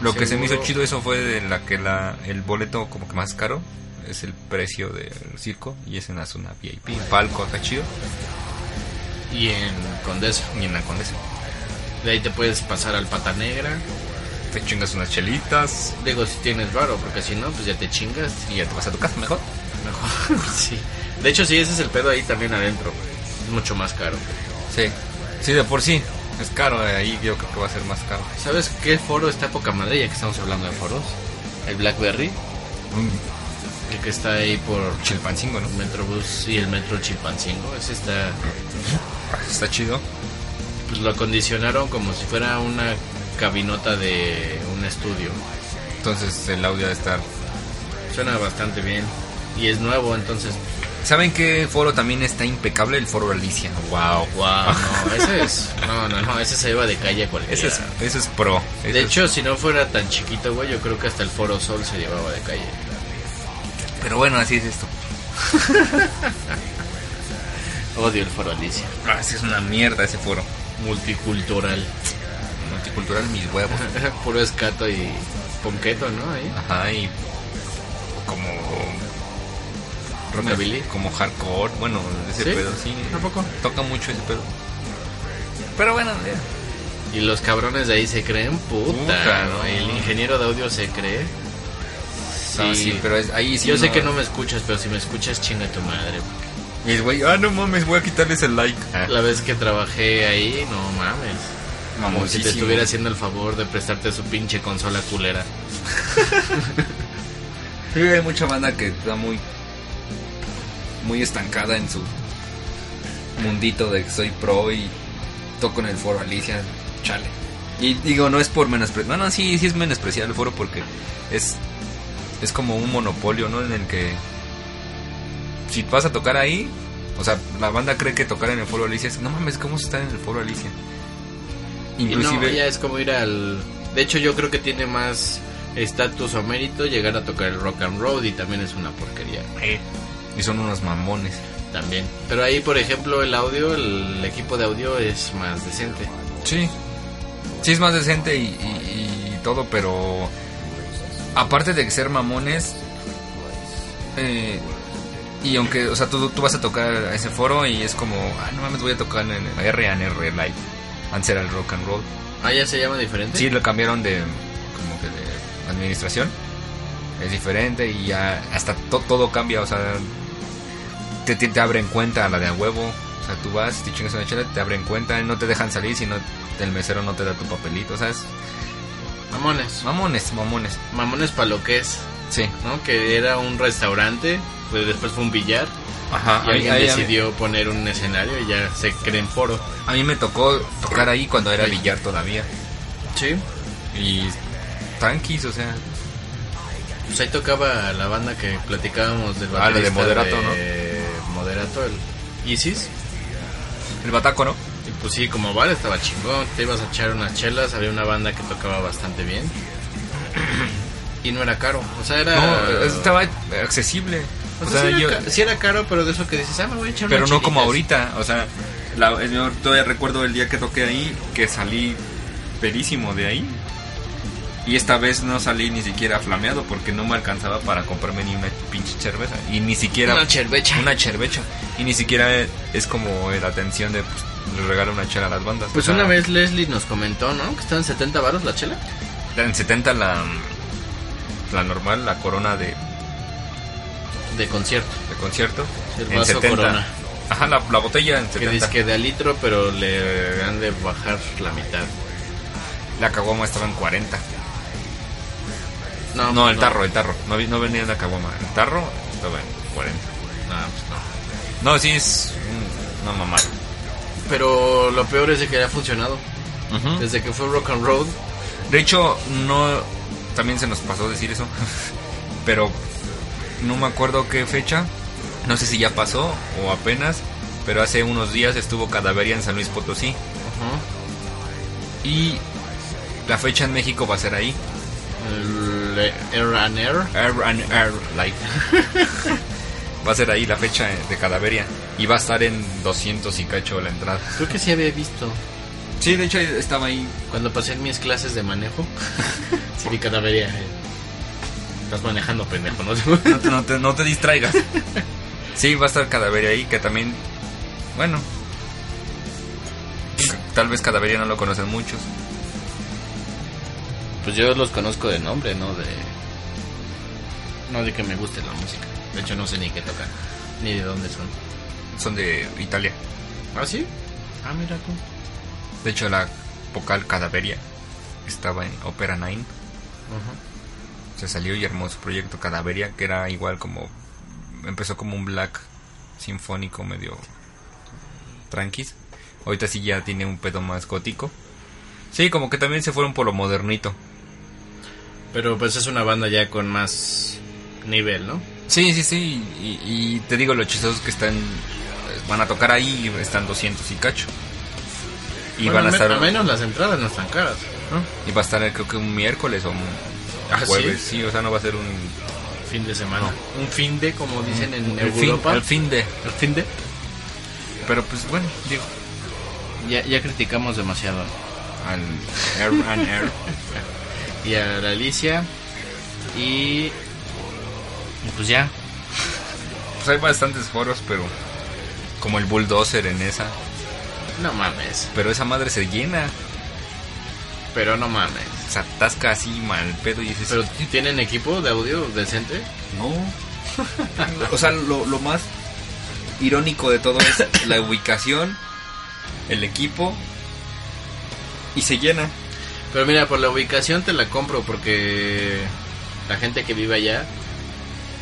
Speaker 2: lo que se me hizo
Speaker 1: Seguro.
Speaker 2: chido eso fue de la que la, el boleto como que más caro es el precio del circo y es en la zona VIP, palco acá chido
Speaker 1: Y en Condesa.
Speaker 2: y en la condesa.
Speaker 1: De ahí te puedes pasar al Pata Negra.
Speaker 2: Te chingas unas chelitas
Speaker 1: Digo, si tienes varo, porque si no, pues ya te chingas.
Speaker 2: y ya te vas a tu casa mejor.
Speaker 1: Mejor, <laughs> sí. De hecho, sí, ese es el pedo ahí también adentro. Es mucho más caro.
Speaker 2: Sí, sí, de por sí. Es caro, eh, ahí yo creo que va a ser más caro.
Speaker 1: ¿Sabes qué foro está poca madre ya que estamos hablando de foros? El Blackberry,
Speaker 2: Mm,
Speaker 1: el que está ahí por
Speaker 2: Chilpancingo, ¿no?
Speaker 1: el Metrobús y el Metro Chilpancingo. Ese está.
Speaker 2: Ah, Está chido.
Speaker 1: Pues lo acondicionaron como si fuera una cabinota de un estudio.
Speaker 2: Entonces el audio de estar.
Speaker 1: Suena bastante bien. Y es nuevo, entonces.
Speaker 2: ¿Saben qué foro también está impecable? El foro Alicia. Wow.
Speaker 1: ¡Wow! No,
Speaker 2: <laughs>
Speaker 1: ese es. No, no, no, ese se iba de calle a cualquiera.
Speaker 2: Ese es, ese es pro. Ese
Speaker 1: De
Speaker 2: es-
Speaker 1: hecho, si no fuera tan chiquito, güey, yo creo que hasta el Foro Sol se llevaba de calle.
Speaker 2: Pero bueno, así es esto.
Speaker 1: Odio el Foro Alicia.
Speaker 2: Ah, sí es una mierda ese foro.
Speaker 1: Multicultural.
Speaker 2: Multicultural mis
Speaker 1: <laughs>
Speaker 2: huevos.
Speaker 1: Puro escato y ponqueto, ¿no? Ahí.
Speaker 2: Ajá, y como
Speaker 1: Rockabilly.
Speaker 2: Como hardcore, bueno, ese
Speaker 1: ¿Sí?
Speaker 2: pedo, sí.
Speaker 1: ¿A poco?
Speaker 2: Toca mucho ese pedo. Pero bueno, ya.
Speaker 1: Y los cabrones de ahí se creen puta,
Speaker 2: Puta,
Speaker 1: ¿no?
Speaker 2: no.
Speaker 1: El ingeniero de audio se cree.
Speaker 2: No, Ah, sí, pero es- ahí sí
Speaker 1: Yo sé que no me escuchas, pero si me escuchas, chinga tu madre.
Speaker 2: Y es, güey, ah, no mames, voy a quitarles el like.
Speaker 1: La vez que trabajé ahí, no mames. Como si te
Speaker 2: Famosísimo.
Speaker 1: estuviera haciendo el favor de prestarte su pinche consola culera.
Speaker 2: Sí, hay mucha banda que está muy muy estancada en su mundito de que soy pro y toco en el foro Alicia, chale. Y digo, no es por menospreciar, no, no, sí, sí es menospreciar el foro porque es es como un monopolio, ¿no? En el que si vas a tocar ahí, o sea, la banda cree que tocar en el foro Alicia es, no mames, ¿cómo están en el foro Alicia?
Speaker 1: Y no,
Speaker 2: Inclusive
Speaker 1: ya es como ir al... De hecho, yo creo que tiene más estatus o mérito llegar a tocar el rock and roll y también es una porquería.
Speaker 2: y son unos mamones.
Speaker 1: También. Pero ahí, por ejemplo, el audio, el equipo de audio es más decente.
Speaker 2: Sí. Sí, es más decente y, y- y todo, pero. Aparte de ser mamones. eh, y aunque, o sea, tú, tú vas a tocar a ese foro y es como, ah, no mames, voy a tocar en el RNR Live. Antes era el rock and roll.
Speaker 1: Ah, ya se llama diferente.
Speaker 2: Sí, lo cambiaron de. como que de administración. Es diferente y ya hasta to- todo cambia, o sea. Te, te, te abren cuenta a la de a huevo. O sea, tú vas, te chingas una chela, te abren cuenta, no te dejan salir si no el mesero no te da tu papelito, o sea, es
Speaker 1: Mamones.
Speaker 2: mamones, mamones.
Speaker 1: Mamones para lo que es,
Speaker 2: Sí.
Speaker 1: ¿no? Que era un restaurante, pues después fue un billar
Speaker 2: Ajá.
Speaker 1: y
Speaker 2: ahí-
Speaker 1: alguien
Speaker 2: ahí-
Speaker 1: decidió poner un escenario y ya se creen foro.
Speaker 2: A mí me tocó tocar ahí cuando era billar todavía.
Speaker 1: Sí.
Speaker 2: Y tranquis, o sea,
Speaker 1: Pues ahí tocaba la banda que platicábamos del
Speaker 2: Ah, la de
Speaker 1: baterista
Speaker 2: Moderato,
Speaker 1: de Moderato, el Isis.
Speaker 2: el bataco, ¿no?
Speaker 1: Y pues sí, como bar estaba chingón, te ibas a echar unas chelas, había una banda que tocaba bastante bien. Y no era caro, o sea, era...
Speaker 2: No, eh, estaba accesible.
Speaker 1: Ah. O sea, sí, era, ca- sí era caro, pero de eso que dices, ah, me voy a echar
Speaker 2: Pero
Speaker 1: unas
Speaker 2: no como
Speaker 1: chelitas.
Speaker 2: ahorita, o sea, la- yo todavía recuerdo el día que toqué ahí, que salí perísimo de ahí. Y esta vez no salí ni siquiera flameado porque no me alcanzaba para comprarme ni una pinche cerveza. Y ni siquiera...
Speaker 1: Una chervecha.
Speaker 2: Una cerveza. Y ni siquiera es como la atención de... Pues, le regalo una chela a las bandas.
Speaker 1: Pues
Speaker 2: O sea,
Speaker 1: una vez Leslie nos comentó, ¿no? Que estaban 70 varos la chela.
Speaker 2: En 70 la... La normal, la corona de, de
Speaker 1: De concierto.
Speaker 2: concierto.
Speaker 1: El
Speaker 2: en
Speaker 1: vaso
Speaker 2: 70.
Speaker 1: Corona.
Speaker 2: Ajá, la, la botella en
Speaker 1: Que
Speaker 2: 70.
Speaker 1: dice que de al litro, pero le han de bajar la mitad.
Speaker 2: La caguama estaba en 40.
Speaker 1: No,
Speaker 2: No, el
Speaker 1: no.
Speaker 2: tarro, el tarro. No, vi- no venía en la caguama. El tarro estaba en 40.
Speaker 1: No, pues no.
Speaker 2: No, sí es mm, una mamada.
Speaker 1: Pero lo peor es de que ha funcionado.
Speaker 2: Es-
Speaker 1: Desde que fue Rock and Roll,
Speaker 2: De hecho, no. También se nos pasó decir eso. <laughs> Pero no me acuerdo qué fecha. No sé si ya pasó o apenas. Pero hace unos días estuvo Cadaveria en San Luis Potosí. Y la fecha en México va a ser ahí.
Speaker 1: el Air and Air,
Speaker 2: Air and Air Live. va a ser ahí la fecha de Cadaveria. Y va a estar en 200 y cacho la entrada.
Speaker 1: creo que sí había visto.
Speaker 2: Sí, de hecho estaba ahí
Speaker 1: Cuando pasé en mis clases de manejo, <laughs> sí vi cada vez, eh, Estás manejando, pendejo, ¿no? <laughs>
Speaker 2: No te, no te- no te distraigas. Sí, va a estar Cadaveria ahí, que también. Bueno. c- Tal vez Cadaveria no lo conocen muchos.
Speaker 1: Pues yo los conozco de nombre, no de. No de que me guste la música. De hecho, no sé ni qué tocan, ni de dónde son.
Speaker 2: Son de Italia.
Speaker 1: ¿Ah, sí? Ah, mira tú.
Speaker 2: De hecho, la vocal Cadaveria estaba en Opera 9. Se salió y armó su proyecto Cadaveria, que era igual como. Empezó como un black sinfónico medio. tranquis. Ahorita sí ya tiene un pedo más gótico. Sí, como que también se fueron por lo modernito.
Speaker 1: Pero pues es una banda ya con más nivel, ¿no?
Speaker 2: Sí, sí, sí. Y, y te digo, los chistosos que están. Van a tocar ahí, están 200 y cacho. Y
Speaker 1: Bueno,
Speaker 2: van a
Speaker 1: al men-
Speaker 2: estar.
Speaker 1: al menos las entradas no están caras.
Speaker 2: ¿no? Y va a estar, creo que un miércoles o un
Speaker 1: Ah,
Speaker 2: jueves. ¿sí? o sea, no va a ser un. un
Speaker 1: Fin de semana. Un fin de, como dicen en
Speaker 2: Mm. el fin,
Speaker 1: Europa.
Speaker 2: el fin de.
Speaker 1: el fin de.
Speaker 2: Pero pues bueno, digo.
Speaker 1: Ya, ya criticamos demasiado.
Speaker 2: Al air
Speaker 1: <laughs>
Speaker 2: and air.
Speaker 1: Y a la Alicia. Y. y, Pues ya.
Speaker 2: Pues hay bastantes foros, pero. Como el bulldozer en esa.
Speaker 1: No mames,
Speaker 2: Pero esa madre se llena.
Speaker 1: pero no mames.
Speaker 2: Se atasca así mal pedo y dices.
Speaker 1: Pero tienen equipo de audio decente.
Speaker 2: No. o sea, lo, lo más irónico de todo es la ubicación, el equipo y se llena.
Speaker 1: Pero mira, por la ubicación te la compro porque la gente que vive allá,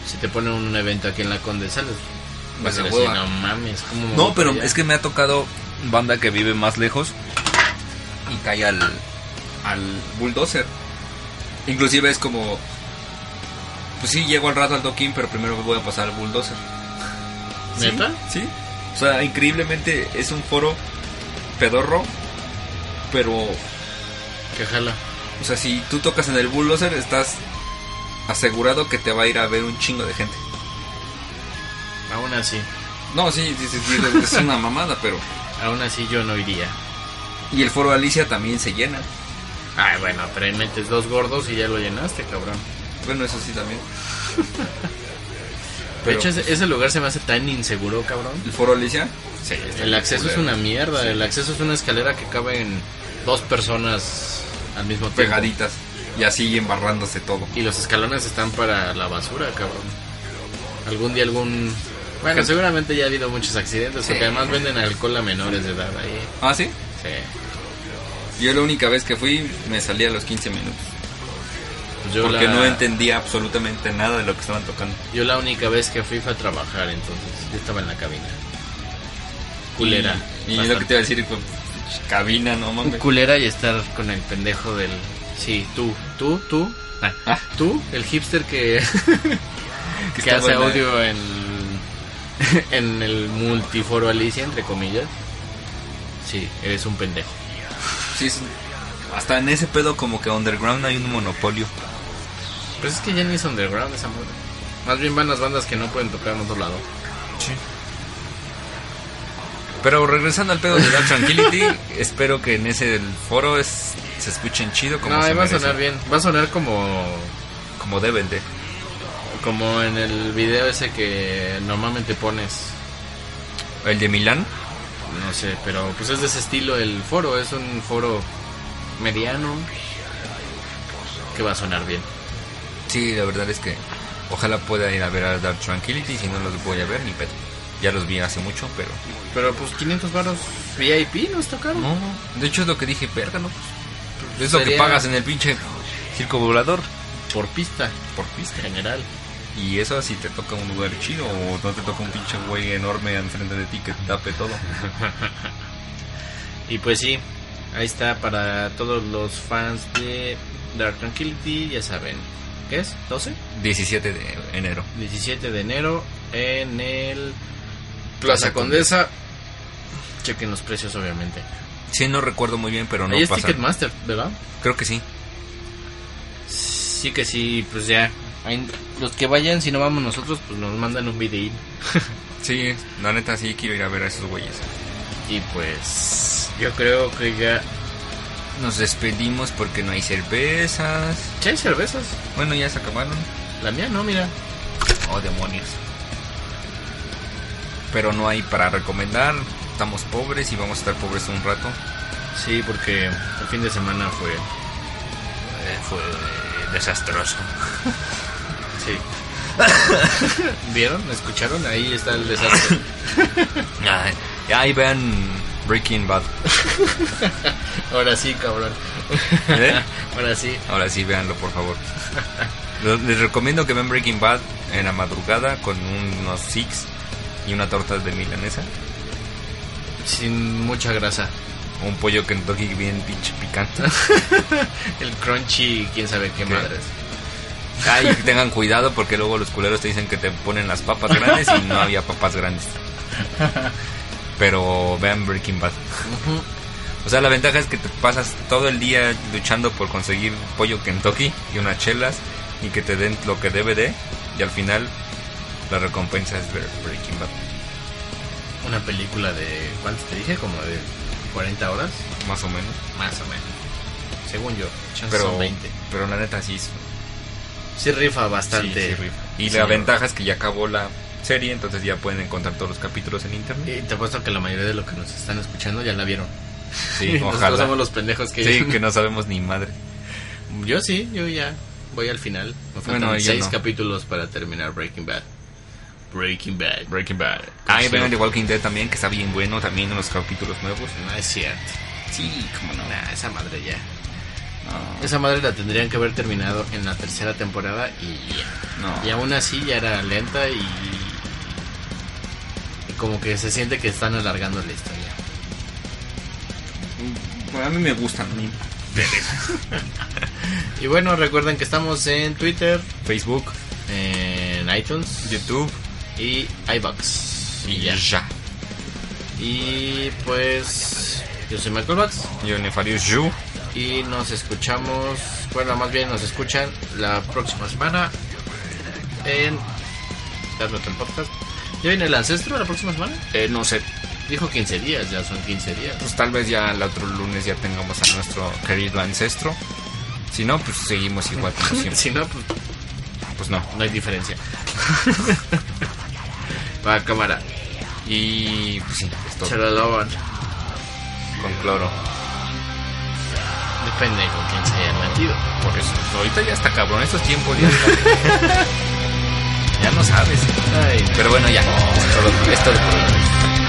Speaker 1: si te ponen un evento aquí en la Condesa, les va a
Speaker 2: Pues,
Speaker 1: decir
Speaker 2: hueva.
Speaker 1: así, no mames, ¿cómo me
Speaker 2: No,
Speaker 1: voy para
Speaker 2: pero
Speaker 1: allá?"
Speaker 2: es que me ha tocado banda que vive más lejos y cae al, al bulldozer. Inclusive es como, pues sí, llego al rato al doquín, pero primero voy a pasar al bulldozer. ¿Sí?
Speaker 1: ¿Neta?
Speaker 2: Sí. O sea, increíblemente es un foro pedorro, pero, o
Speaker 1: Que jala.
Speaker 2: sea, si tú tocas en el bulldozer, estás asegurado que te va a ir a ver un chingo de gente.
Speaker 1: Aún así,
Speaker 2: No, sí, sí, sí, sí, es una mamada, pero...
Speaker 1: aún así yo no iría.
Speaker 2: Y el foro Alicia también se llena.
Speaker 1: Ay, bueno, pero ahí metes dos gordos y ya lo llenaste, cabrón.
Speaker 2: Bueno, eso sí
Speaker 1: <laughs>
Speaker 2: también.
Speaker 1: de
Speaker 2: Pero
Speaker 1: hecho, ese, ese lugar se me hace tan inseguro, cabrón.
Speaker 2: el foro Alicia,
Speaker 1: Sí, el acceso es una mierda. El acceso es una escalera que caben dos personas al mismo tiempo.
Speaker 2: pegaditas y así embarrándose todo.
Speaker 1: Y los escalones están para la basura, cabrón. Algún día algún... Bueno,
Speaker 2: Gente-
Speaker 1: seguramente ya ha habido muchos accidentes,
Speaker 2: Sí.
Speaker 1: porque además venden alcohol a menores de edad ahí.
Speaker 2: Ah, sí.
Speaker 1: Sí.
Speaker 2: Yo la única vez que fui me salí a los 15 minutos
Speaker 1: Pues Yo
Speaker 2: porque
Speaker 1: la,
Speaker 2: no entendía absolutamente nada de lo que estaban tocando.
Speaker 1: Yo la única vez que fui fue a trabajar, entonces. Yo estaba en la cabina. Culera.
Speaker 2: Y, y lo
Speaker 1: Bastante.
Speaker 2: que te iba a decir, pues, cabina, no mames.
Speaker 1: culera y estar con el pendejo del sí tú tú tú ah,
Speaker 2: Ah.
Speaker 1: tú el hipster que que,
Speaker 2: estaba
Speaker 1: hace
Speaker 2: en la-
Speaker 1: audio en <laughs> en el multiforo Alicia entre comillas sí eres un pendejo
Speaker 2: Sí, es- hasta en ese pedo como que underground hay un monopolio.
Speaker 1: pero Pues es que ya ni es underground esa madre más bien van las bandas que no pueden tocar en otro lado
Speaker 2: Pero regresando al pedo de Dark Tranquility, <laughs> espero que en ese foro es- se escuchen chido como
Speaker 1: no
Speaker 2: se
Speaker 1: ahí va a
Speaker 2: merecen,
Speaker 1: sonar bien va a sonar como
Speaker 2: como deben de.
Speaker 1: como en el video ese que normalmente pones
Speaker 2: El de Milán,
Speaker 1: No sé, pero pues es de ese estilo el foro, es un foro mediano que va a sonar bien.
Speaker 2: Sí, la verdad es que ojalá pueda ir a ver a Dark Tranquility, si no los voy a ver ni pedo. Ya los vi hace mucho, pero...
Speaker 1: Pero pues 500 varos VIP nos tocaron.
Speaker 2: No, de hecho es lo que dije, verga, no, pues, Es lo que
Speaker 1: Sería-
Speaker 2: pagas en el pinche circo volador
Speaker 1: Por pista,
Speaker 2: por pista.
Speaker 1: general.
Speaker 2: Y eso si te toca un lugar chido o no te toca un pinche güey enorme enfrente de ti que te tape todo.
Speaker 1: Y pues sí, ahí está para todos los fans de Dark Tranquility, ya saben. ¿Qué es? ¿12?
Speaker 2: 17 de enero.
Speaker 1: 17 de enero en el Plaza Condesa. Chequen los precios, obviamente.
Speaker 2: Sí, no recuerdo muy bien, pero no
Speaker 1: Ahí es
Speaker 2: pasa.
Speaker 1: Ticketmaster, ¿verdad?
Speaker 2: Creo que sí.
Speaker 1: Sí que sí, pues ya. Ahí- Los que vayan, si no vamos nosotros, pues nos mandan un video.
Speaker 2: Sí, la neta sí quiero ir a ver a esos güeyes.
Speaker 1: Y pues yo creo que ya...
Speaker 2: Nos despedimos porque no hay cervezas.
Speaker 1: ¿Ya hay cervezas?
Speaker 2: Bueno, ya se acabaron.
Speaker 1: La mía no, mira.
Speaker 2: Oh, demonios. Pero no hay para recomendar. Estamos pobres y vamos a estar pobres un rato.
Speaker 1: Sí, porque el fin de semana fue... eh, fue desastroso. <laughs> Sí. <laughs> ¿Vieron? ¿Escucharon? Ahí está el desastre.
Speaker 2: Ay, ahí vean Breaking Bad.
Speaker 1: Ahora sí, cabrón. <laughs>
Speaker 2: ¿Eh?
Speaker 1: Ahora sí.
Speaker 2: Ahora sí, véanlo, por favor. <laughs> Lo- Les recomiendo que vean Breaking Bad en la madrugada con unos six y una torta de milanesa.
Speaker 1: Sin mucha grasa.
Speaker 2: Un pollo Kentucky bien pinche picante.
Speaker 1: <laughs> El crunchy, quién sabe qué
Speaker 2: ¿Qué?
Speaker 1: madres.
Speaker 2: Ay, tengan cuidado porque luego los culeros te dicen que te ponen las papas grandes y no había papas grandes. Pero vean Breaking Bad.
Speaker 1: Ujú.
Speaker 2: O sea, la ventaja es que te pasas todo el día luchando por conseguir pollo Kentucky y unas chelas y que te den lo que debe de y al final la recompensa es ver Breaking Bad,
Speaker 1: Una película de, ¿cuánto te dije? Como de 40 horas,
Speaker 2: más o menos.
Speaker 1: más o menos. Según yo, chance
Speaker 2: Pero,
Speaker 1: Ah, son 20.
Speaker 2: pero la neta sí es
Speaker 1: Sí rifa
Speaker 2: sí,
Speaker 1: bastante.
Speaker 2: sí rifa. Y
Speaker 1: Sí,
Speaker 2: la
Speaker 1: no.
Speaker 2: ventaja es que ya acabó la serie, entonces ya pueden encontrar todos los capítulos en internet.
Speaker 1: Y te apuesto que la mayoría de los que nos están escuchando ya la
Speaker 2: <laughs>
Speaker 1: vieron.
Speaker 2: Sí,
Speaker 1: Nosotros somos
Speaker 2: ojalá.
Speaker 1: los pendejos que...
Speaker 2: <laughs> Sí, que no sabemos ni madre.
Speaker 1: Yo sí, yo ya voy al final. Me faltan
Speaker 2: Bueno, yo
Speaker 1: seis
Speaker 2: no.
Speaker 1: capítulos para terminar Breaking Bad. Breaking Bad.
Speaker 2: Breaking Bad. Ah, y vengan de Walking Dead también, que está bien bueno, también unos capítulos nuevos.
Speaker 1: No es cierto.
Speaker 2: Sí, cómo no.
Speaker 1: Nah, esa madre ya.
Speaker 2: No,
Speaker 1: Esa madre la tendrían que haber terminado en la tercera temporada y ya.
Speaker 2: no.
Speaker 1: Y aún así ya era lenta y... y Como que se siente que están alargando la historia.
Speaker 2: Bueno, a mí me gustan.
Speaker 1: Y bueno, recuerden que estamos en Twitter,
Speaker 2: Facebook,
Speaker 1: en iTunes
Speaker 2: YouTube
Speaker 1: y iBox.
Speaker 2: y ya.
Speaker 1: Y pues yo soy Michael Bax
Speaker 2: Yo, Nefarius Yu.
Speaker 1: y nos escuchamos, bueno, más bien nos escuchan la próxima semana en Darlo el podcast. ¿Ya viene el ancestro la próxima semana?
Speaker 2: Eh, no sé,
Speaker 1: Dijo 15 días, ya son 15 días.
Speaker 2: <laughs> pues tal vez ya el otro lunes ya tengamos a nuestro querido ancestro. Si no, pues seguimos igual como <laughs> siempre.
Speaker 1: Si no, pues
Speaker 2: Pues no.
Speaker 1: no hay diferencia. <laughs> Va, cámara.
Speaker 2: Y pues sí, es todo.
Speaker 1: Charalaban.
Speaker 2: Con cloro.
Speaker 1: Depende con quién se hayan metido.
Speaker 2: Por eso. Ahorita ya está cabrón. Estos tiempos <laughs> ya está- ya no sabes.
Speaker 1: Ay,
Speaker 2: Pero bueno, ya. Solo esto de por hoy.